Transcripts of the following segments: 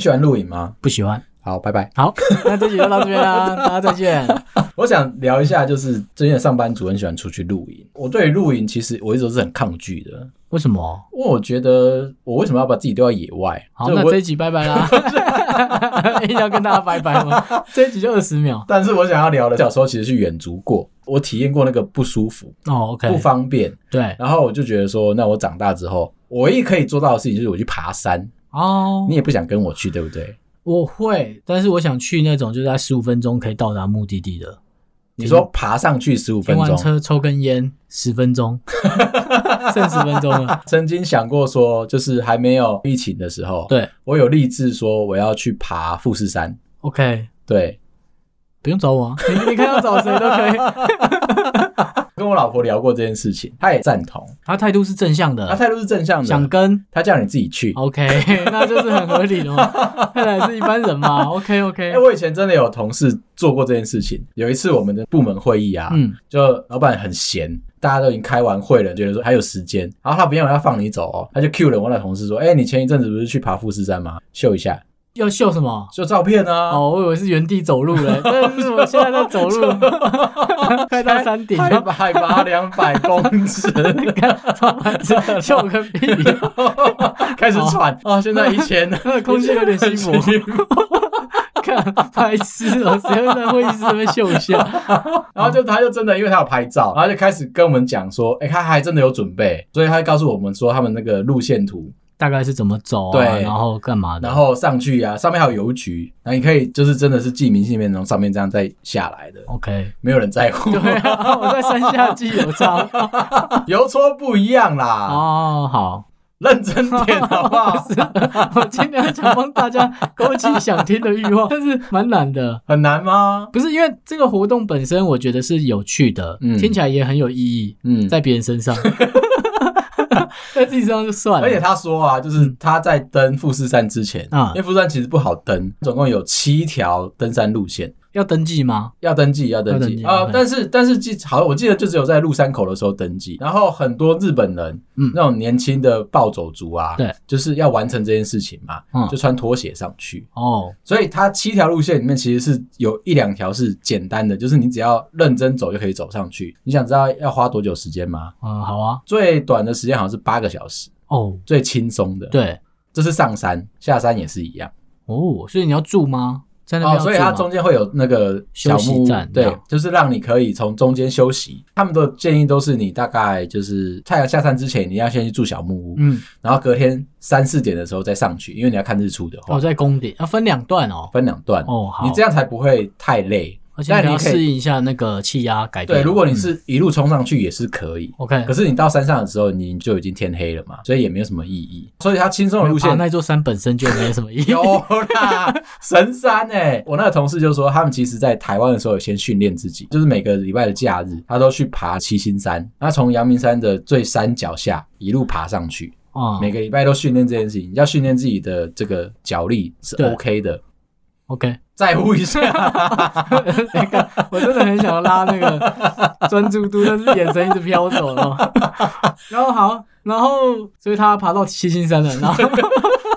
喜欢露营吗？不喜欢。好，拜拜。好， 那这集就到这边 啦，大家再见。我想聊一下，就是最近的上班族很喜欢出去露营。我对于露营其实我一直都是很抗拒的，为什么？因为我觉得我为什么要把自己丢到野外？好，就那我这一集拜拜 啦。一定要跟大家拜拜吗？ 这一集就二十秒但是我想要聊的，小时候其实去远足过，我体验过那个不舒服、哦。不 OK，方便，对然后我就觉得说，那我长大之后，唯一可以做到的事情就是我去爬山。哦你，也不想跟我去，对不对？我会，但是我想去那种就是在十五分钟可以到达目的地的。你说爬上去十五停分完钟，车抽根烟十分 钟，剩十分钟了。曾经想过说，就是还没有疫情的时候，对我有立志说我要去爬富士山。 ，OK，对，不用找我、啊， 你你看要找谁都可以。跟我老婆聊过这件事情，她也赞同， 他态度是正向的，她态度是正向嗯想的，跟哦她叫你自己去。 OK，那就是很合理的嘛。看来是一般人嘛。OK 哎、 OK，我以前真的有同事做过这件事情。有一次我们的部门会议啊，嗯，就老板很闲，大家都已经开完会了，觉得说还有时间，然后他不用要放你走哦，他就 Q 了我那同事说：“哎、你前一阵子不是去爬富士山吗？秀一下，要秀什么？秀照片啊。哦，我以为是原地走路 嘞，但是我现在在走路，快到山顶海了，拔海拔两百公 尺，笑个屁！开始喘啊！现在一 千，，那哦空气有点稀薄 看白痴哦，谁会在会议室那边秀一下？然后嗯就他就真的，因为他有拍照，然后就开始跟我们讲说，哎、他还真的有准备，所以他告诉我们说他们那个路线图，大概是怎么走啊？对然后干嘛的？然后上去呀、上面还有邮局，然后你可以就是真的是寄明信片从上面这样再下来的， OK，没有人在乎，对啊，我在山下寄邮差。 邮戳不一样啦，哦，好，认真点好不好？是我尽量想帮大家勾起想听的欲望，但是蛮难的。很难吗？不是因为这个活动本身，我觉得是有趣的，嗯听起来也很有意义，嗯，在别人 身上，在自己身上就算了。而且他说啊，就是他在登富士山之前，嗯啊因为富士山其实不好登，总共有七条登山路线。要登记吗？要登记，要登记要登记啊、对但是但是记好，我记得就只有在鹿山口的时候登记。然后很多日本人，嗯那种年轻的暴走族啊，对，就是要完成这件事情嘛，嗯就穿拖鞋上去。哦，所以它七条路线里面其实是有一两条是简单的，就是你只要认真走就可以走上去。你想知道要花多久时间吗？嗯，好啊，最短的时间好像是八个小时，哦，最轻松的。，对，这是上山，下山也是一样。哦，所以你要住吗？在那哦，边要住所吗、以它中间会有那个小木休屋息站这对样，就是让你可以从中间休息。他们的建议都是你大概就是太阳下山之前，你要先去住小木屋，嗯，然后隔天三四点的时候再上去，因为你要看日出的话，哦，在宫顶，要分两段哦。分两段，哦，好，你这样才不会太累。而且你那要你可以适应一下那个气压改变。对，如果你嗯是一路冲上去也是可以。 OK，可是你到山上的时候，你就已经天黑了嘛，所以也没有什么意义。所以它轻松的路爬线啊那座山本身就没什么意义。 有啦，神山哎、我那个同事就说，他们其实在台湾的时候有先训练自己，就是每个礼拜的假日，他都去爬七星山，他从阳明山的最山脚下一路爬上去，啊、每个礼拜都训练这件事情，要训练自己的这个脚力是对 OK 的。 o k 在乎 一下，我真的很想拉那个 专注度，但是眼神一直飘走 了。然后好，然后所以他爬到七星山了，然后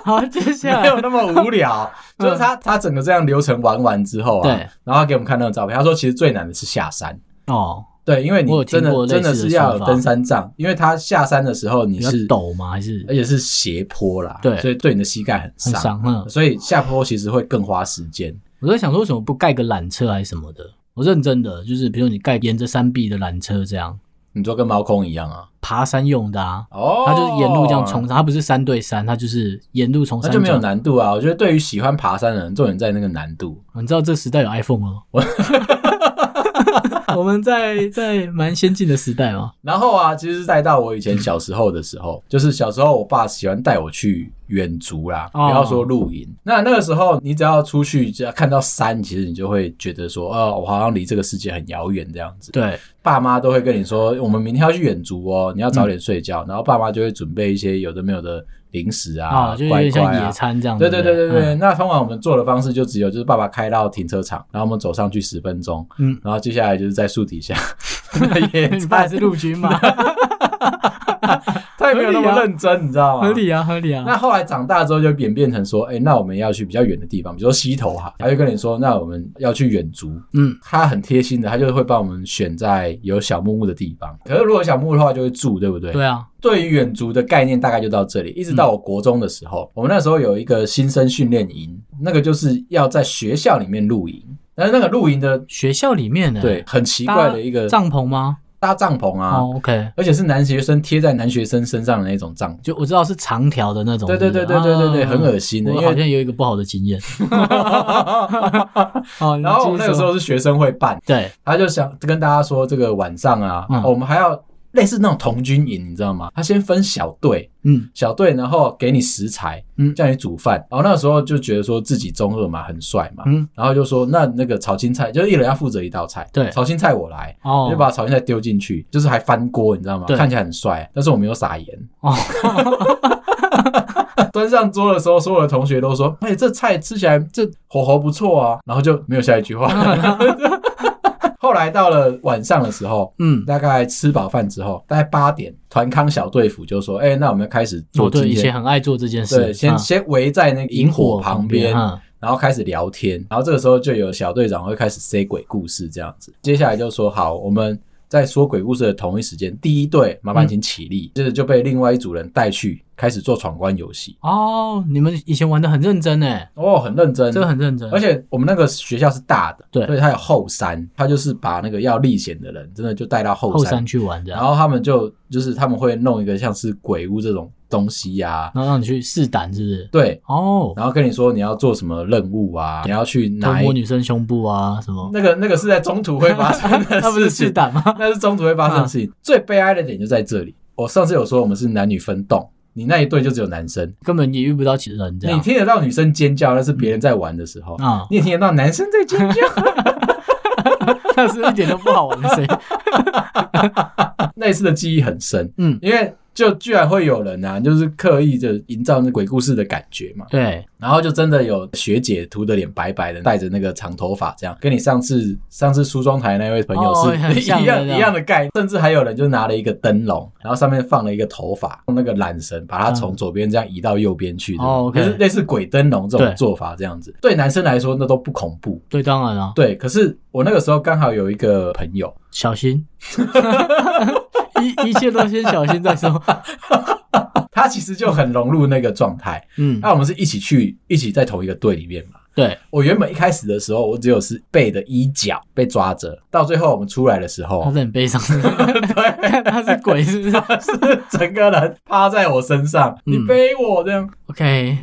好，接下没来有那么无 聊。就是他，他整个这样流程玩完之后啊，嗯对然后他给我们看那个照片，他说其实最难的是下山，哦，对，因为我你有真听过的真类似的的是要有说法登山杖，因为他下山的时候你比较是陡吗？还是而且是斜坡啦，对所以对你的膝盖很很伤，伤？嗯，所以下坡其实会更花时间。 我在想说，为什么不盖个缆车还是什么的？我认真的，就是比如你盖沿着山壁的缆车这样你就跟猫空一样啊，爬山用的啊。哦它就是沿路这样冲，，它不是山对山，它哦就是沿路从那山就没有脚难度啊。我觉得对于喜欢爬山的人，重点在那个难度。你知道这时代有 iPhone 哦， 我们在在蛮先进的时代嘛。然后啊，其实带到我以前小时候的时候，就是小时候我爸喜欢带我去远足啦，不哦要说露营。那那个时候，你只要出去，只要看到山，其实你就会觉得说，哦，我好像离这个世界很遥远这样子。对，爸妈都会跟你说，我们明天要去远足哦，你要早点睡嗯觉。然后爸妈就会准备一些有的没有的零食啊，啊，就有乖点像乖啊野餐这样。对对对不对对对，嗯那通常我们做的方式就只有，就是爸爸开到停车场，然后我们走上去十分钟，嗯然后接下 来就是在树底下野你爸也餐是。陆军嘛？他他也没有那么认真，你知道吗？ 合理啊，合理啊。那后来长大之后就演变成说，哎、那我们要去比较远的地方，比如说溪头哈，他就跟你说，那我们要去远足。嗯，他很贴心的，他就会帮我们选在有小木屋的地方。可是如果有小木屋的话，就会住，对不对？。对啊，对于远足的概念大概就到这里，一直嗯到我国中的时候，我们那时候有一个新生训练营，那个就是要在学校里面露营，但是那个露营的。学校里面呢，对，很奇怪的一个嗯帐篷吗？搭帐篷啊，哦，OK，而且是男学生贴在男学生身上的那种帐篷。就我知道是长条的那种。对对对对对对对，很恶心心。的，哦我因好 为 像有一个不好的经验。哦，然后那你继续个说时候是学生会办，对，他就想跟大家说，这个晚上啊，嗯哦我们还要类似那种童军营，你知道吗？他先分小队，嗯小队然后给你食材，嗯叫你煮饭。然后那个时候就觉得说自己中二嘛，很帅嘛，嗯，然后就说那那个炒青菜，就是一人要负责一道菜，对炒青菜我来。哦就，把炒青菜丢进去，就是还翻锅，你知道吗？对看起来很帅，但是我没有撒盐。哦， 端上桌的时候，所有的同学都说：“哎、这菜吃起来这火候不错啊。”然后就没有下一 句话。后来到了晚上的时候，嗯，大概吃饱饭之后，大概八点，团康小队服就说：“哎、那我们开始做我对今以前天。很爱做这件”事，对，先、啊先围在那个萤火旁边，嗯然后开始聊天，然后这个时候就有小队长会开始 say 鬼故事这样子。接下来就说好，我们在说鬼故事的同一时间，第一队麻烦请起立，接着就被另外一组人带去开始做闯关游戏。哦，你们以前玩的很认真诶，哦，很认真，这个很认真，而且我们那个学校是大的，对所以它有后山，它就是把那个要历险的人真的就带到后后山，山去玩这然样，后他们就就是他们会弄一个像是鬼屋这种东西呀、然后让你去试胆，是不是？对，哦，然后跟你说你要做什么任务啊，你要去偷哪一摸女生胸部啊什么，那个那个是在中途会发生的 那事不是啊嗯试情，胆吗？那是中途会发生的事情。最悲哀的点就在这里。我上次有说我们是男女分栋，你那一队就只有男生，根本也遇不到其他人这你样听得到女生尖叫，那是别人在玩的时候，啊，你也听得到男生在尖 叫。那是一点都不好玩的声 音。那一次的记忆很深，嗯，因为就居然会有人啊，就是刻意的营造那鬼故事的感觉嘛，对，然后就真的有学姐涂的脸白白的，戴着那个长头发，这样跟你上次上次梳妆台那位朋友哦是、很一像的样这样一样的概念，甚至还有人就拿了一个灯笼，然后上面放了一个头发，用那个缆绳把它从左边这样移到右边去，哦就是 OK 类似鬼灯笼这对种做法这样子，对男生来说那都不恐怖。对，当然啊了，对，可是我那个时候刚好有一个朋友，小 心，一一切都先小心再说。他其实就很融入那个状态，嗯，那我们是一起去，一起在同一个队里面嘛。对，我原本一开始的时候，我只有是背的衣角被抓着，到最后我们出来的时他候，是很悲伤 的，看他是鬼是不是是 整个人趴在我身上，嗯你背我这样。 ？OK，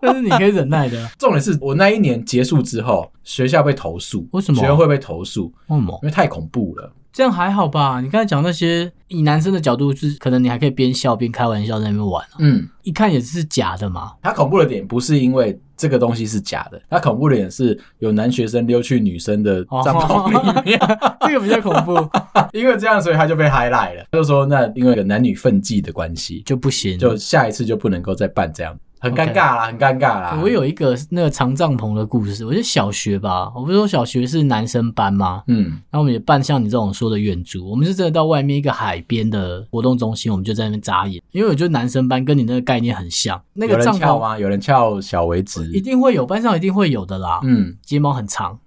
但是你可以忍耐的。重点是我那一年结束之后，学校被投诉，为什么学生会被投诉，为什么因？为太恐怖了。这样还好吧？你刚才讲那些，以男生的角度是，可能你还可以边笑边开玩笑在那边玩、啊，嗯，一看也是假的 嘛。它恐怖的点不是因为这个东西是假的，它恐怖的点是有男学生溜去女生的帐篷里面，这个比较恐 怖，哦 因为这样，所以他就被 highlight 了。他就说那因为有男女分际的关系，就不行。就下一次就不能够再办这样，很 OK 尴尬啦，很尴尬啦。我，有一个那个藏帐篷的故事，我觉得小学吧，我不是说小学是男生班吗？嗯，然后我们也办像你这种说的远足，我们是真的到外面一个海边的活动中心，我们就在那边扎营，因为我觉得男生班跟你那个概念很像，那有个人帐翘篷吗？有人翘小围子？一定会有，班上一定会有的啦。嗯，睫毛很长。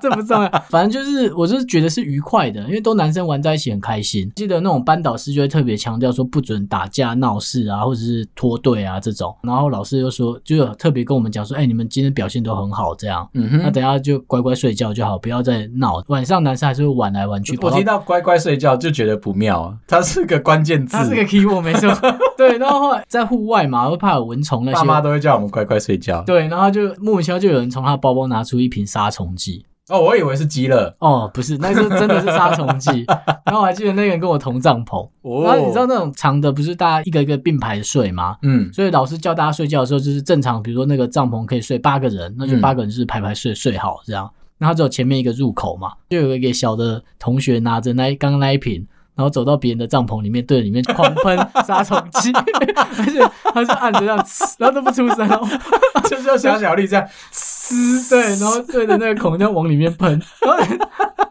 这不重要，反正就是，我就是觉得是愉快的，因为都男生玩在一起很开心。记得那种班导师就会特别强调说不准打架闹事啊，或者是脱队啊这种。然后老师又说，就有特别跟我们讲说，哎、你们今天表现都很好，这样，嗯那哼。等一下就乖乖睡觉就好，不要再闹。晚上男生还是会玩来玩去，跑我到听到乖乖睡觉就觉得不妙，它是个关键字他。是个 keyword 没错， 对。然后后来在户外嘛，会怕有蚊虫那爸些，妈都会叫我们乖乖睡觉。对。然后就莫名其妙就有人从他包包拿出一瓶杀虫剂，哦，我以为是鸡了。哦，不是，那时候真的是杀虫 剂。然后我还记得那个人跟我同帐篷，哦，然后你知道那种长的不是大家一个一个并排睡吗？ 嗯所以老师教大家睡觉的时候，就是正常，比如说那个帐篷可以睡八个人，那就嗯八个人就是排排睡、睡好这样。然后只有前面一个入口嘛，就有一个小的同学拿着那一刚刚那一瓶，然后走到别人的帐篷里面，对着里面狂喷杀虫剂， 而且他就按着这样呲，然后都不出声哦， 就是要小小力这样，呲，对，然后对着那个孔这样往里面喷，然后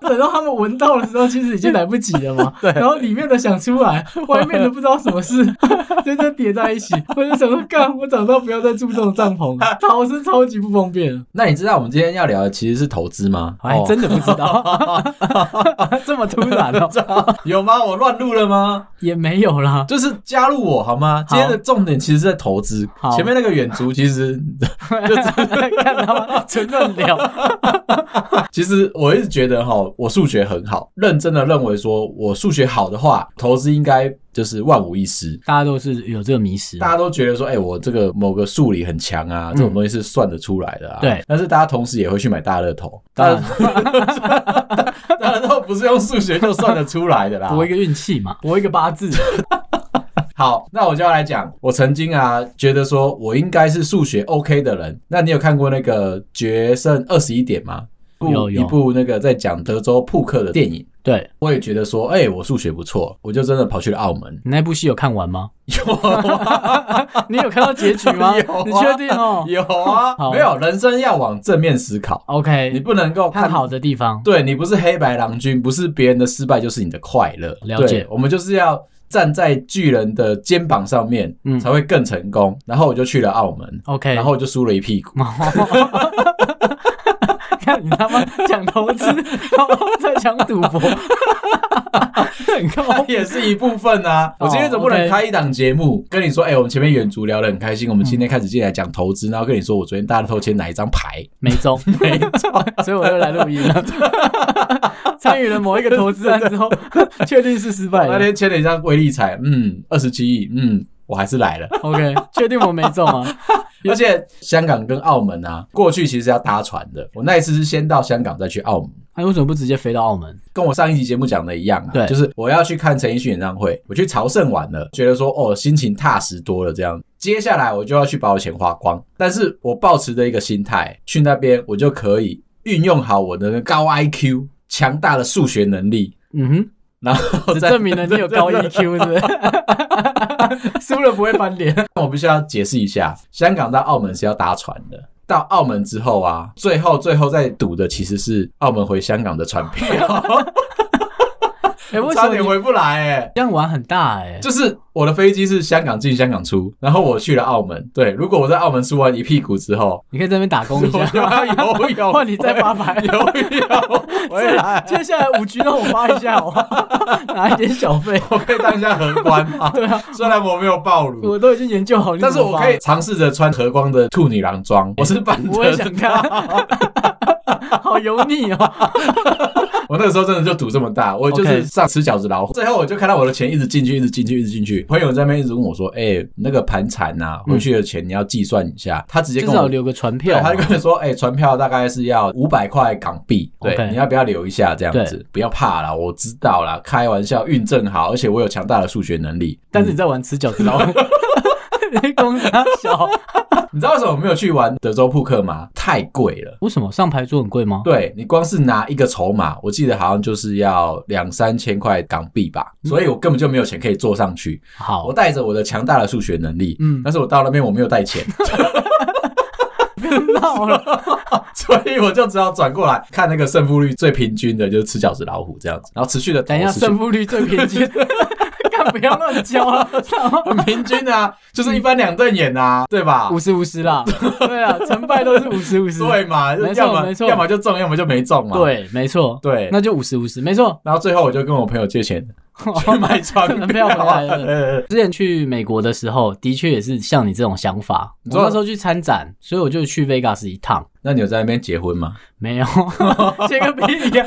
等到他们闻到的时候，其实已经来不及了嘛。对。然后里面的想出来，外面的不知道什么事，就这叠在一起。我就想说，干，我长大不要再住这种帐篷了，逃是超级不方便了。 那你知道我们今天要聊的其实是投资吗？哎，哦真的不知道， 这么突然哦、 有吗？我乱录了吗？ 也没有啦。就是加入我好吗？今天的重点其实是在投资好，前面那个远足其实 就 看他们纯乱聊，其实我一直觉得哈，我数学很好，认真的认为说我数学好的话，投资应该就是万无一失。大家都是有这个迷失。大家都觉得说，哎、我这个某个数理很强啊，这种东西是算得出来的啊。嗯对但是大家同时也会去买大乐透，当然啊 大大乐透不是用数学就算得出来的啦。搏一个运气嘛，搏一个八字。好，那我就要来讲，我曾经啊觉得说我应该是数学 OK 的人。那你有看过那个《决胜二十一点》吗？有有一部那个在讲德州扑克的电影。对，我也觉得说，哎、我数学不错，我就真的跑去了澳门。你那部戏有看完 吗？有，你有看到结局吗？啊有啊你确定哦有啊好，没有人生要往正面思考，你？OK，不能够看好的地方，对你不是黑白郎君，不是别人的失败就是你的快乐。了解对我们就是要站在巨人的肩膀上面，嗯才会更成功。然后我就去了澳门， OK，然后我就输了一屁股。 看你他妈讲投资，然后再讲赌博， 很高。也是一部分啊。哦我今天总不 OK 嗯能开一档节目跟你说，哎、我们前面远足聊得很开心，我们今天开始进来讲投资，然后跟你说我昨天大乐透签哪一张牌，没中，没中，所以我又来录音 了。参与了某一个投资案之后，确定是失败那了。天签了一张威力彩，嗯，二十七亿，嗯，我还是来 了。 OK，确定我没中啊？而且香港跟澳门啊，过去其实是要搭船的，我那一次是先到香港再去澳门。那哎为什么不直接飞到澳门？跟我上一集节目讲的一样啊，对就是我要去看陈奕迅演唱会，我去朝圣玩了，觉得说哦心情踏实多了这样。接下来我就要去把我钱花光，但是我抱持的一个心态，去那边我就可以运用好我的高 IQ、强大的数学能 力，嗯哼。然后 只再证明了你有高 EQ，是不 是？输了不会翻脸。我必须要解释一下，香港到澳门是要搭船的。到澳门之后啊，最后最后再赌的其实是澳门回香港的船 票，哎、为什差么点你回不来哎、这样玩很大、哎，就是我的飞机是香港进香港出，然后我去了澳门。对，如果我在澳门输完一屁股之后，你可以在那边打工我一就下。要游泳， 换你再八百游泳 回来，啊接下来五局让我发一下好不 好，拿一点小费。我可以当一下荷官吗？对啊，虽然我没有暴露，我都已经研究好你怎但么是发我了，可以尝试着穿荷光的兔女郎 装。我是扮我也着想看， 好油腻哦。我那个时候真的就赌这么大，我就是 OK 上吃饺子老虎。最后我就看到我的钱一直进去，一直进去，一直进去。朋友在那边一直问我说：“哎、那个盘缠呐，回去的钱你要计算一下。他直接嗯至跟我少留个传对，票嘛。他就跟你说，哎、船票大概是要五百块港币，对 OK 你要不要留一下这样子？不要怕啦，我知道啦，开玩笑，运正好，而且我有强大的数学能力。但是你在玩吃饺子 老虎，你公司小，你知道为什么我没有去玩德州扑克吗？太贵了。为什么上牌桌很贵吗？对你光是拿一个筹码，我记得好像就是要两三千块港币吧，嗯所以我根本就没有钱可以坐上去。好我，带着我的强大的数学能力，嗯但是我到那边我没有带 钱，不要闹 了。所以我就只好转过来看那个胜负率最平均的，就是吃饺子老虎这样子，然后持续的等一下，胜负率最平 均，干不要乱教啊！很 平均啊，就是一翻两瞪眼啊，对吧？五十五 十啦，对啊，成败都是五十五十。对嘛，没错要么没错要么就中，要么就没中嘛。对，没错，对，那就五十五十，没错。然后最后我就跟我朋友借 钱去买船船票回来了对对对之前去美国的时候，的确也是像你这种想法。我知道那时候去参展，所以我就去 Vegas 一趟，那你有在那边结婚吗？没有，结个屁呀、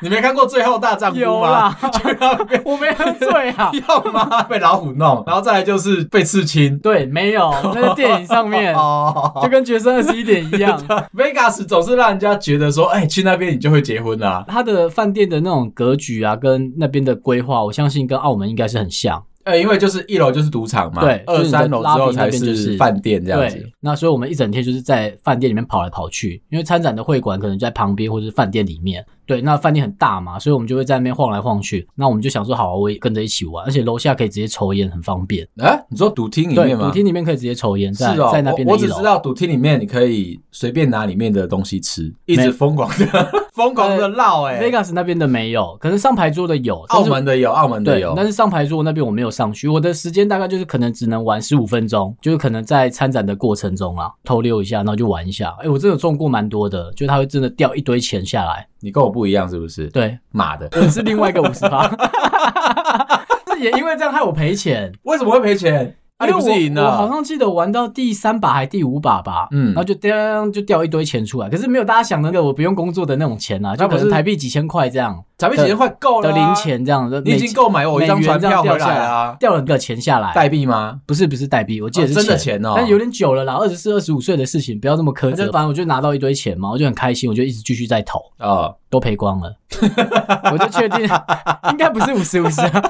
你没看过《最后大丈夫》有吗啦？去那边。我没喝醉啊 要吗？被老虎弄，然后再来就是被刺青。对，没有，那个电影上面 哦就跟《决胜二十一点》一样， ，Vegas 总是让人家觉得说，哎，去那边你就会结婚啊啦。它的饭店的那种格局啊，跟那边的规划，我相信跟澳门应该是很像。呃，因为就是一楼就是赌场嘛，对二三楼之后就是你的才拉比那边就是是饭店这样子。对，那所以我们一整天就是在饭店里面跑来跑去，因为参展的会馆可能就在旁边或者是饭店里面。对，那饭店很大嘛，所以我们就会在那边晃来晃去。那我们就想说，好、啊，我也跟着一起玩，而且楼下可以直接抽烟，很方便。啊，你说赌厅里对，面吗？舞厅里面可以直接抽烟，是在、哦，在那边我的我一只楼知。道赌厅里面你可以随便拿里面的东西吃，一直没疯狂的 疯狂的绕哎、 Vegas 那边的没有，可能上牌桌的有，但澳是门的有，澳门的对有，，但是上牌桌那边我没有上去，我的时间大概就是可能只能玩十五分钟，就是可能在参展的过程中啊，偷溜一下，然后就玩一下。哎、我真的中过蛮多的，就是他会真的掉一堆钱下来。你跟我不一样是不是？，对，妈的，我是另外一个五十 八，这也因为这样害我赔钱。为什么会赔钱？啊、因你为不我是赢我好了？像记得玩到第三把还第五把吧，嗯嗯，然后就叮就掉一堆钱出来，可是没有大家想的那个我不用工作的那种钱啊，那就不可是能台币几千块这样咱们几千块够了、啊的零，钱这样，你已经购买我一张船票回掉下来啊，掉了很多钱下来，代币吗？不是不是代币，我记得是哦真的钱哦但有点久了啦，二十四、二十五岁的事情，不要这么苛责。反正我就拿到一堆钱嘛，我就很开心，我就一直继续在投，哦，都赔光了。 我就确定应该不是五十五十啊。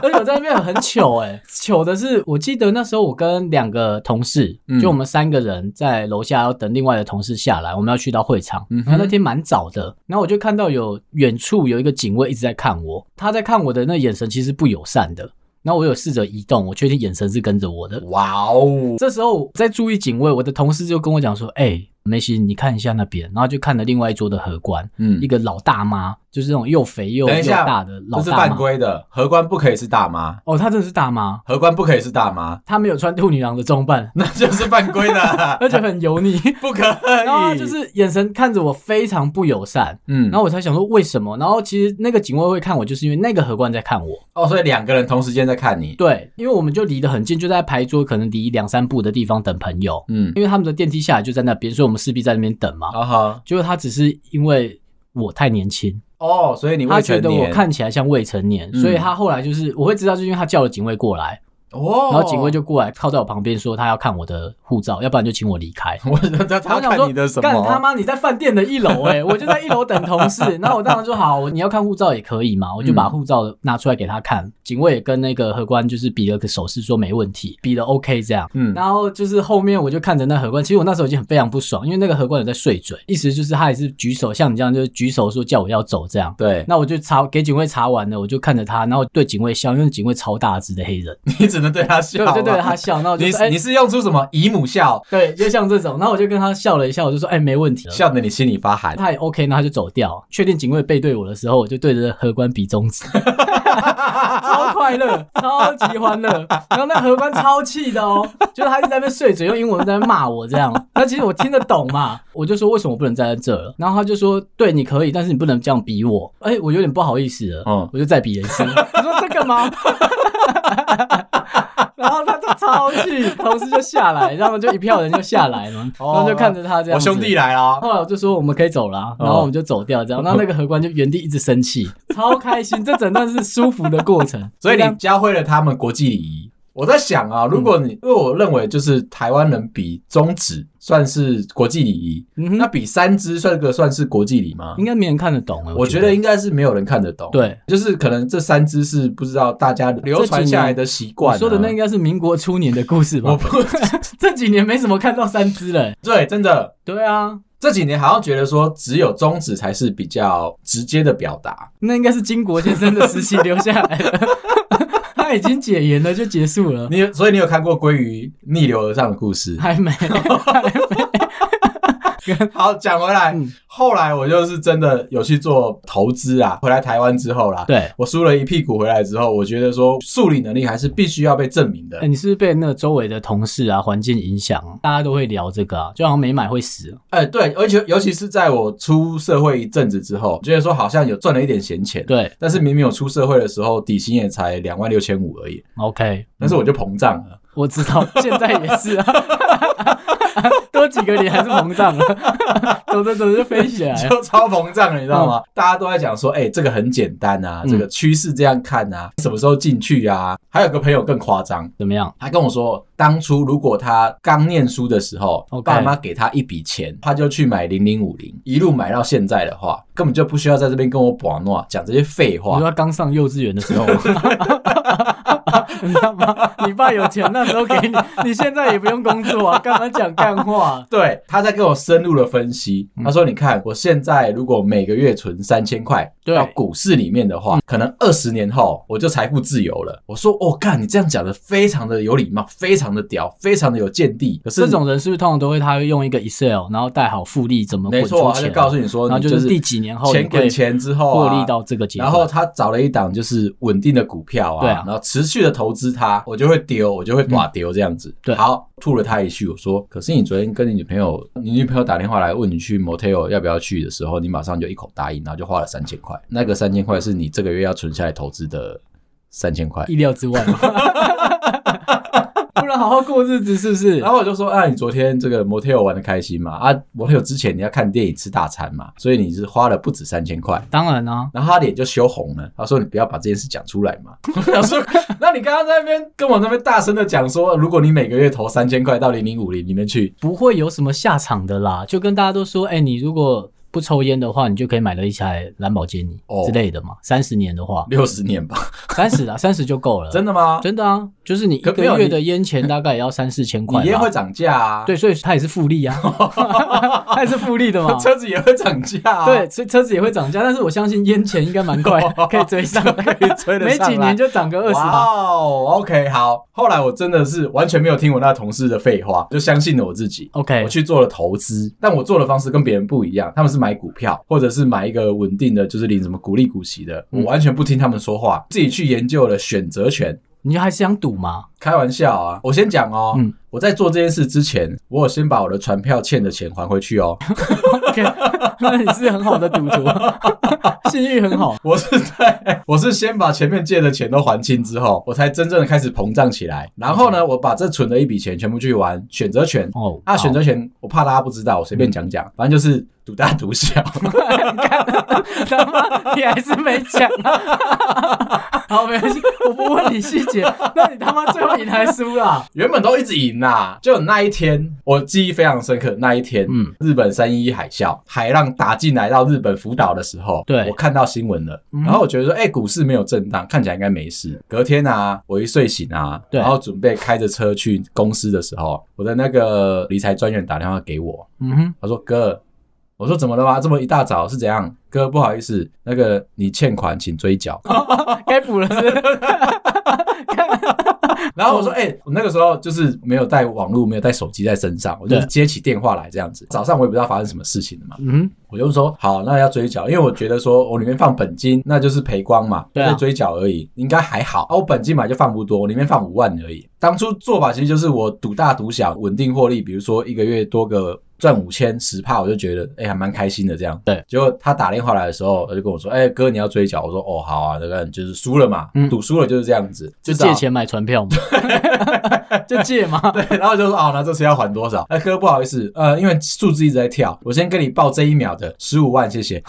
而且我在那边很糗哎、糗的是，我记得那时候我跟两个同事，嗯就我们三个人在楼下要等另外的同事下来，我们要去到会场。嗯哼然后那天蛮早的，然后我就看到有远处有一个警卫一直在看我，他在看我的那眼神其实不友善的。然后我有试着移动，我确定眼神是跟着我的。哇哦，这时候在注意警卫，我的同事就跟我讲说：“哎、梅西，你看一下那边。”然后就看了另外一桌的荷官，嗯一，个老大妈，就是那种又肥又等一又下大的老这是大犯妈。规的，荷官不可以是大妈，哦，她真的是大妈，荷官不可以是大妈， 她没有穿兔女郎的装扮， 那就是犯规的，而且很 油腻，不可以。 然后她就是眼神看着我非常不友善，嗯，然后我才想说为什么？然后其实那个警卫会看我，就是因为那个荷官在看我，哦，所以两个人同时间在看你，对，因为我们就离得很近，就在牌桌可能离两三步的地方等朋友，嗯，因为他们的电梯下来就在那边，所以我们势必在那边等嘛。啊哈，结果他只是因为我太年轻，哦，所以你他未觉成得我年，看起来像未成年，嗯所以他后来就是我会知道，就是因为他叫了警卫过来，哦，然后警卫就过来靠在我旁边说他要看我的护照，要不然就请我离开。 我他 他我想看说你的什干他么？妈！你在饭店的一楼 哎、我就在一楼等同事。然后我当然说好，你要看护照也可 以嘛，我就把护照拿出来给他看。嗯警卫也跟那个荷官就是比了个手势，说没问题，比了 OK 这样。嗯然后就是后面我就看着那荷官，其实我那时候已经很非常不爽，因为那个荷官有在睡嘴，意思就是他也是举手，像你这样就是举手说叫我要走这样。对，那我就查给警卫查完了，我就看着他，然后对警卫笑，因为警卫超大只的黑人， 你只能对他对，笑，我就对着他。笑，然后我就你说，哎、你是用出什么姨母笑，对，就像这种，然后我就跟他笑了一下，我就说，哎、没问题了。笑得你心里发寒。他也 OK，然后他就走掉。确定警卫背对我的时候，我就对着荷官比中指， 超快乐，超级欢乐。然后那荷官超气的哦，就是他一直在那边碎嘴，用英文在那边骂我这样。那其实我听得懂嘛，我就说为什么我不能站在这了？然后他就说对，你可以，但是你不能这样比我。哎、我有点不好意思了，嗯我就再比了一次。 你说这个吗？ 然后他就超气，同事就下来，然后就一票人就下来了，然后就看着他这样哦我子。兄弟来了，后来我就说我们可以走了啊、哦然后我们就走掉，这样，然后那个荷官就原地一直 生气，超开心，这整段是舒服的过程。所以这你样教会了他们国际礼仪。我在想啊，如果你因为我认为就是台湾人比中指算是国际礼仪，嗯哼那比三只算个算是国际礼吗？应该没人看得懂哎，我觉得应该是没有人看得懂。，对。就是可能这三只是不知道大家流传下来的习惯啊、我说的那应该是民国初年的故事我吧？不 这几年没什么看到三只了。对，真的对啊，这几年好像觉得说只有中指才是比较直接的表达。那应该是金国先生的时期留下来 的，他已经解严了，就结束了。你所以你有看过鲑鱼逆流而上的故事？ 还没， 好，讲回来，嗯后来我就是真的有去做投资啊，回来台湾之后啦，对，我输了一屁股回来之后，我觉得说数理能力还是必须要被证明的。哎你是不是被那个周围的同事啊、环境影响啊？大家都会聊这个啊，就好像没买会死。哎、对，而且尤其是在我出社会一阵子之后，觉得说好像有赚了一点闲钱，对但是明明我出社会的时候底薪也才两万六千五而已， ，OK，但是我就膨胀了。我知道，现在也是啊， 多几个脸还是膨胀了， 走着走着就飞起 来了。就超膨胀了，你知道吗？大家都在讲说，哎、这个很简单啊，嗯这个趋势这样看啊，什么时候进去啊？还有个朋友更夸张，怎么样？他跟我说，当初如果他刚念书的时候 OK 爸妈给他一笔钱，他就去买零零五零，一路买到现在的话，根本就不需要在这边跟我把诺讲这些废你话说。他刚上幼稚园的时候 吗，你知道吗？你爸有钱那时候给你， 你现在也不用工作啊，干嘛讲干话？啊对，他在跟我深入的分析，嗯他说：“你看，我现在如果每个月存三千块对嗯到股市里面的话，可能二十年后我就财富自由了。”我说：“哦，干，你这样讲的非常的有礼貌，非常的屌，非常的有见地。”可是这种人是不是通常都会他会用一个 Excel，然后带好复利怎么没滚错，啊出他就钱，啊告诉你说，然后你就是第几年后钱你会滚钱之后啊获利到这个结然果。后他找了一档就是稳定的股票啊，对啊然后持续的投资它，我就会丢，我就会寡丢这样子。嗯对好，吐了他一句，我说，可是你昨天跟你女朋友，你女朋友打电话来问你去 motel 要不要去的时候，你马上就一口答应，然后就花了三千块。那个三千块是你这个月要存下来投资的三千块。意料 之外嘛， 不然好好过日子是不是然？后我就说，啊，你昨天这个 motel 玩的开心嘛？啊，motel 之前你要看电影吃大餐嘛，所以你是花了不止三千块。当然啊啦、然后他脸就羞红了，他说：“你不要把这件事讲出来嘛。” 我想说，那你刚刚在那边跟我那边大声的讲说，如果你每个月投三千块到零零五零里面去，不会有什么下场的啦。就跟大家都说，哎、你如果不抽烟的话，你就可以买了一台兰博基尼哦，之类的嘛。三十年的话 六十年 吧？三十啦，三十就够了。真的吗？真的啊，就是你一可没有个月的烟钱大概也要三四千块你吧。烟会涨价啊，，。对，所以它也是复利啊，它也是复利的 嘛车子也会涨价、啊，对，，所以车子也会涨价，但是我相信烟钱应该蛮快， 可以追上，可哦以追得上来没几年就涨个二十哇吧。哦，OK，好。后来我真的是完全没有听我那同事的废话，就相信了我自己。 OK，我去做了投资，但我做的方式跟别人不一样，他们是买股票，或者是买一个稳定的，就是领什么股利股息的，我嗯完全不听他们说话，自己去研究了选择权。你还是想赌吗？开玩笑啊！我先讲哦，嗯我在做这件事之前，我有先把我的船票欠的钱还回去哦。 OK，那 你是很好的赌徒，信誉很好。我是在，我是先把前面借的钱都还清之后，我才真正的开始膨胀起来。然后呢，我把这存的一笔钱全部去玩选择权。哦，啊，选择权我怕大家不知道，我随便讲讲，反正就是赌大赌小。他妈，你还是没讲、啊。 好，没关系，我不问你细节。那你他妈最后你还输啊啦？原本都一直赢啦，就那一天我记忆非常深刻。那一天，嗯日本三一一海啸，海浪打进来到日本福岛的时候，对我看到新闻了，嗯然后我觉得说，哎、股市没有震荡，看起来应该没事。隔天啊，我一睡醒啊，对然后准备开着车去公司的时候，我的那个理财专员打电话给我，嗯哼，他说：“哥，我说怎么了吗？这么一大早是怎样？哥，不好意思，那个你欠款请追缴。”该补了是不是然后我说，嗯哎、我那个时候就是没有带网络，没有带手机在身上，我就对接起电话来这样子。早上我也不知道发生什么事情了嘛，嗯我就说好，那要追缴，因为我觉得说我里面放本金，那就是赔光嘛，对啊就追缴而已，应该还好。啊，我本金买就放不多，我里面放五万而已。当初做法其实就是我赌大赌小，稳定获利，比如说一个月多个。赚五千十帕，我就觉得哎、还蛮开心的这样。对，结果他打电话来的时候，他就跟我说：“哎、哥，你要追缴。”我说：“哦，好啊，那个就是输了嘛，嗯赌输了就是这样子，就至少借钱买船票嘛， 就借嘛。对，然后就说哦，那这次要还多少？哎、哥，不好意思，呃，因为数字一直在跳，我先跟你报这一秒的十五万，谢 谢。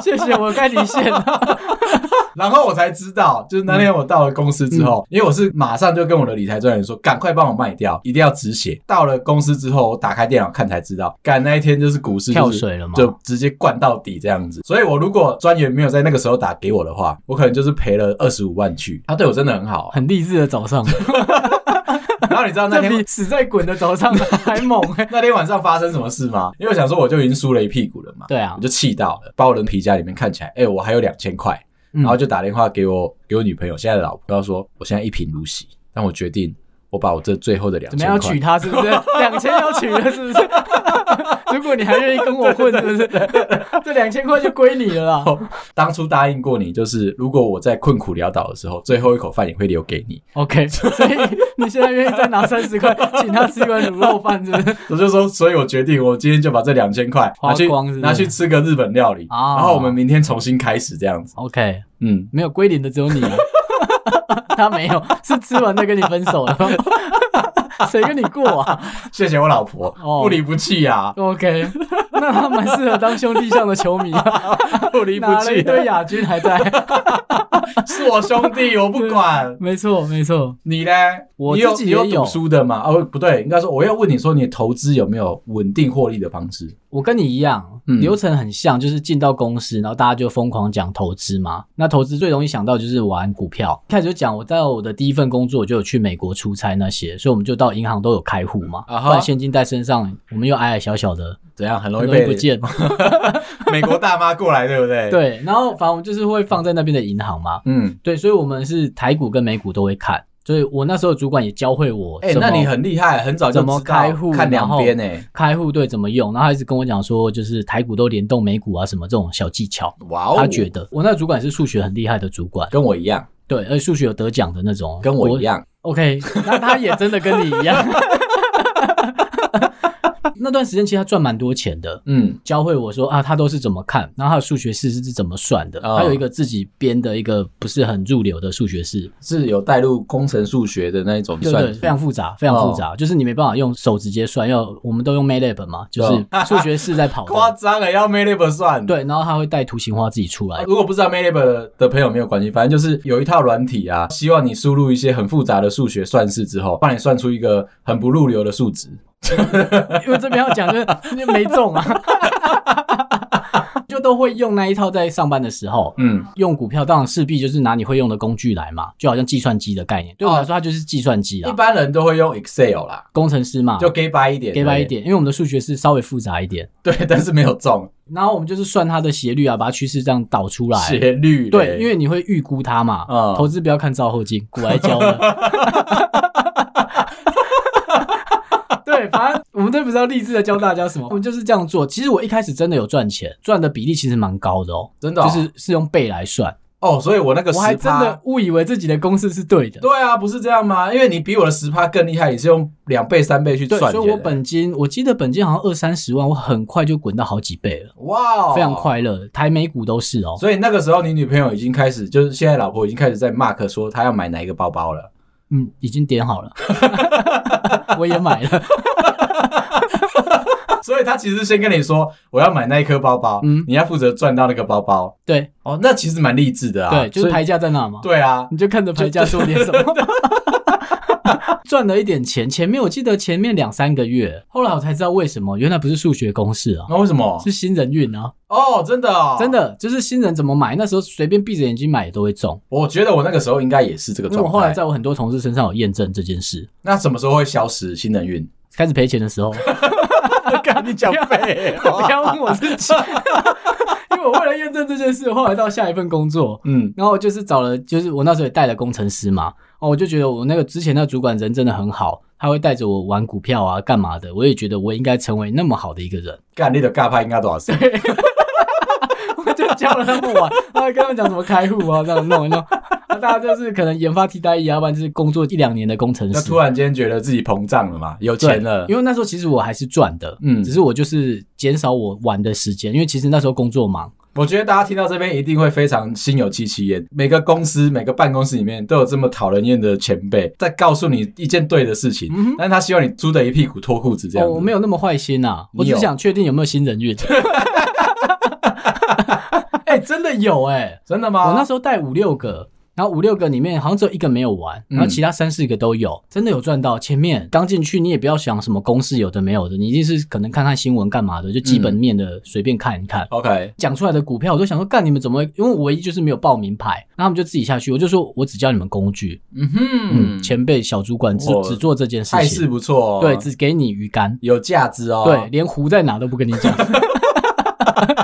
谢谢，我该离线啊了。然后我才知道，就是那嗯天我到了公司之后，因为我是马上就跟我的理财专员说，赶快帮我卖掉，一定要止血。到了公司之后，我打开电脑看才知道，赶那一天就是股市、就是、跳水了吗就直接灌到底这样子。所以我如果专员没有在那个时候打给我的话，我可能就是赔了二十五万去。他对我真的很 好。 很励志的早上，然后你知道那这天比死在滚的早上 还猛哎、 那天晚上发生什么事吗？因为我想说我就已经输了一屁股了嘛。对啊我，就气到了，把我的皮夹里面看起来，哎、我还有两千块，嗯然后就打电话给我给我女朋友，现在的老婆，她说我现在一贫如洗，但我决定我把我这最后的两怎么千样要块娶，她是不是？两千要娶了是不 是？如果你还愿意跟我混，是不是？ 这两千块就归你了啊啦。当初答应过你，就是如果我在困苦潦倒的时候，最后一口饭也会留给你。 OK，所以你现在愿意再拿三十块请他吃一碗卤肉饭，是不是？我就说，所以我决定，我今天就把这两千块拿去花光是不是拿去吃个日本料理，啊然后我们明天重新开始这样子。 OK，嗯，没有归零的只有你、啊， 他没有，是吃完再跟你分手了。 谁跟你过啊谢谢我老婆，哦，不离不弃啊？OK，那他 蛮适合当兄弟上的球迷、啊，不离不拿了弃一。堆亚军还在，是我兄弟，我不管。没错，没错。你呢？我你有自己你也有有赌输的吗？哦，不对，应该说我要问你说你的投资有没有稳定获利的方式？我跟你一样，嗯流程很像，就是进到公司，然后大家就疯狂讲投资嘛。那投资最容易想到就是玩股票。一开始就讲，我在我的第一份工作我就有去美国出差那些，所以我们就到银行都有开户嘛，啊哈不然现金带身上，我们又矮矮小小的，怎样？很容很易容易被不见。 美国大妈过来，对不对？，对，然后反正我们就是会放在那边的银行嘛。嗯，对，所以我们是台股跟美股都会看。所以我那时候主管也教会我，哎、那你很厉害，很早就怎么知道开户看然两后边哎，开户对怎么用，然后他一直跟我讲说，就是台股都联动美股啊什么这种小技巧。哇哦，他觉得我那主管是数学很厉害的主管，跟我一样，对，而且数学有得奖的那种，跟我一。样， OK，那他也真的跟你 一样。 那段时间其实他赚蛮多钱的，嗯，教会我说啊，他都是怎么看，然后他的数学式是怎么算的，哦他有一个自己编的一个不是很入流的数学式，是有带入工程数学的那一种对算哦对，非常复杂，非常复杂，就是你没办法用手直接算，要我们都用 MATLAB 嘛，就是对数学式在跑的。哦 夸张了，要 m a l a b e 算。对，然后他会带图形化自己出来啊。如果不知道 m a l a b e 的朋友没有关系，反正就是有一套软体啊，希望你输入一些很复杂的数学算式之后，帮你算出一个很不入流的数值。因为这边要讲就是就没中啊， 就都会用那一套在上班的时候。嗯，用股票当然势必就是拿你会用的工具来嘛，就好像计算机的概念，对我来说哦它就是计算机一啊，般人都会用 Excel 啦，工程师嘛，就 gay 掰一点，啊给白一，点，因为我们的数学是稍微复杂一点，对，但是没有 中然后我们就是算它的斜率啊，把它趋势这样导出来，斜率嘞。对，因为你会预估它嘛，嗯投资不要看照后镜，古来教的。 对，反正我们这不是要励志的教大家什么，我们就是这样做。其实我一开始真的有赚钱，赚的比例其实蛮高的哦，真的哦就是是用倍来算。哦，所以我那个我还10%真的误以为自己的公式是对的，对啊，不是这样吗？因为你比我的十趴更厉害，你是用两倍、三倍去对，算的。所以我本金，我记得本金好像二三十万，我很快就滚到好几倍了，哇、哦非常。快乐。台美股都是哦，所以那个时候，你女朋友已经开始，就是现在老婆已经开始在 mark 说她要买哪一个包包了。 嗯，已经点好了，我也买了。所以她其实先跟你说我要买那一颗包包，嗯你要负责赚到那个包包。对哦，那其实蛮励志的啊。对，就是所以牌价在哪嘛。对啊，你就看着牌价说点什么。 赚了一点钱，前面我记得前面两三个月，后来我才知道为什么，原来不是数学公式啊，那为什么？是新人运啊，哦，真的、哦，真。的就是新人怎么买，那时候随便闭着眼睛买也都会中。我觉得我那个时候应该也是这个因为我状后来态。在我很多同事身上有验证这件事，那什么时候会消失新人 运？开始赔钱的时 候， 不跟你讲废话。要问我自己， 因为我为了验证这件事，后来到下一份工作， 嗯，然后就是找了，就是我那时候也带了工程师嘛，哦，我就觉得我那个之前那主管人真的很好，他会带着我玩股票啊，干嘛的，我也觉得我应该成为那么好的一个人， 干你的尬拍应该多少岁？我就教了他们玩，然后跟他们讲怎么开户啊，这样弄一 弄，啊，大家就是可能研发替代役啊，要不然就是工作一两年的工程那师突。然间觉得自己膨胀了嘛，有对钱了，因为那时候其实我还是赚的，嗯嗯，只是我就是减少我玩的时间，因为其实那时候工作忙，我觉得大家听到这边一定会非常心有戚戚焉。每个公司、每个办公室里面都有这么讨人厌的前辈，在告诉你一件对的事情，嗯哼但是他希望你租的一屁股脱裤子这样哦，子。我没有那么坏心呐、你我只有想确定有没有新 人运。哎、真的有哎、真的吗？我那时候带五六个，然后五六个里面好像只有一个没有玩，然后其他三四个都有，真的有赚到。前面刚进去，你也不要想什么公式有的没有的，你一定是可能看看新闻干嘛的，就基本面的随便看一看。 OK，讲出来的股票，我都想说，干你们怎么会？因为我唯一就是没有报名牌，然后他们就自己下去。我就说我只教你们工具，嗯哼，嗯，前辈小主管只哦只做这件事菜情，式不错、哦，对，只给你鱼竿，有价值哦。对，，连壶在哪都不跟你讲。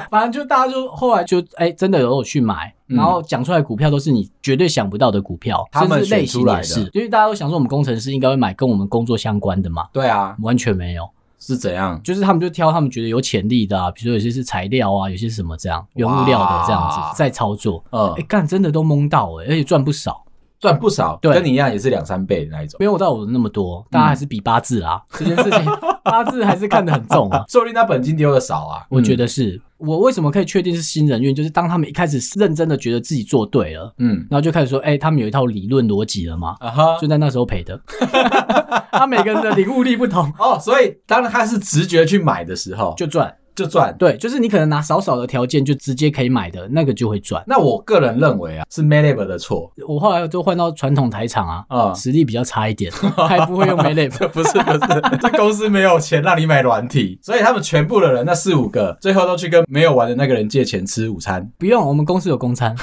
反正就大家就后来就哎、真的有去买，嗯然后讲出来股票都是你绝对想不到的股票，他们甚至类型也选出是来，因为大家都想说我们工程师应该会买跟我们工作相关的嘛，对啊，完全没有，是怎样？就是他们就挑他们觉得有潜力的啊，比如说有些是材料啊，有些是什么这样原物料的这样哇子在操作，嗯哎、，干真的都蒙到哎、而且赚不少，赚不少，对跟你一样也是两三倍的那一种。没有到我那么多，大家还是比八字啊啦， 这件事情八字还是看得很重啊。说不定他本金丢的少啊，我觉得，得是、我为什么可以确定是新人运，就是当他们一开始认真的觉得自己做对了，嗯，然后就开始说，哎、他们有一套理论逻辑了嘛，啊哈，就在那时候赔的。 他每个人的领悟力不同，哦，所以当他是直觉去买的时候，就赚。就赚。对，就是你可能拿少少的条件就直接可以买的那个就会赚。那我个人认为啊，是 MATLAB 的错，我后来就换到传统台场啊，嗯实力比较差一点，还不会用 MATLAB。 这不是不是，这公司没有钱让你买软体， 所以他们全部的人那四五个，最后都去跟没有玩的那个人借钱吃午餐，不用，我们公司有公餐，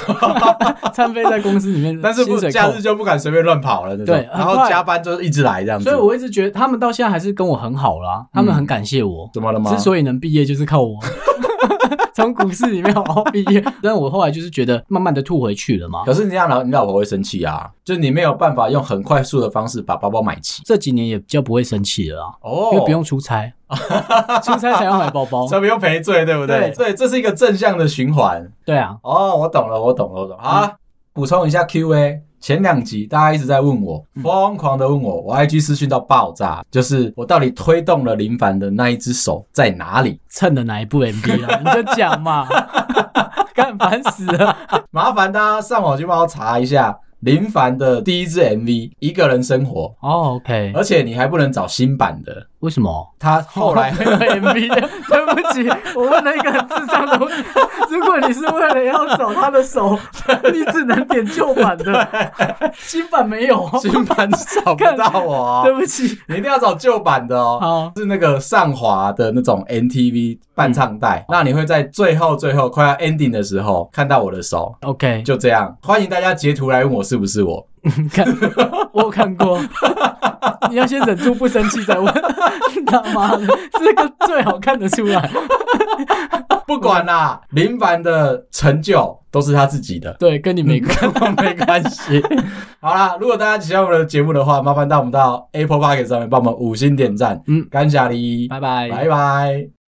餐费在公司里面，但是不薪水扣假日就不敢随便乱跑了，对对，然很后快加班就一直来这样子。所以我一直觉得他们到现在还是跟我很好啦，他嗯们很感谢我。怎么了吗？之所以能毕业，就是靠我。 从股市里面好好毕业，但我后来就是觉得慢慢的吐回去了嘛。可是你这样老你老婆会生气啊，就你没有办法用很快速的方式把包包买齐这几年也比较不会生气了啊，哦因为不用 出差，出差才要买包包。这不用赔罪，对不对？哦对对，这是一个正向的循环。对啊，哦，我懂了，我懂了，我懂了。好啊，补充一下 Q&A。前两集大家一直在问我，疯狂的问我，我 IG 私讯到爆炸，就是我到底推动了林凡的那一只手在哪里？蹭的哪一部 MV 啊？你就讲嘛， 干烦死了。麻烦大家上网去帮我查一下林凡的第一支 MV《一个人生活哦、o k》，而且你还不能找新版的，为什么？他后 来没有 MV，对不起，我问了一个很智障的问题。如果你是为了要找他 的手，你只能点旧版的，新版没有。新版找不到我、 对哦，不起，你一定要找旧版的哦。好，是那个上滑的那种 NTV 伴唱带，那你会在最后最后快要 ending 的时候看到我的手， OK，就这样。欢迎大家截图来问我是不是我， 你看，我有看 过。你要先忍住不生气再问，他妈的，这个最好看得出来。。不管啦，林凡的成就都是他自己的对，跟 你没关跟我没关系。 好啦，如果大家喜欢我们的节目的话，麻烦到我们到 Apple p o c k e t 上面帮我们五星点赞。嗯嗯，感谢你，拜拜。拜拜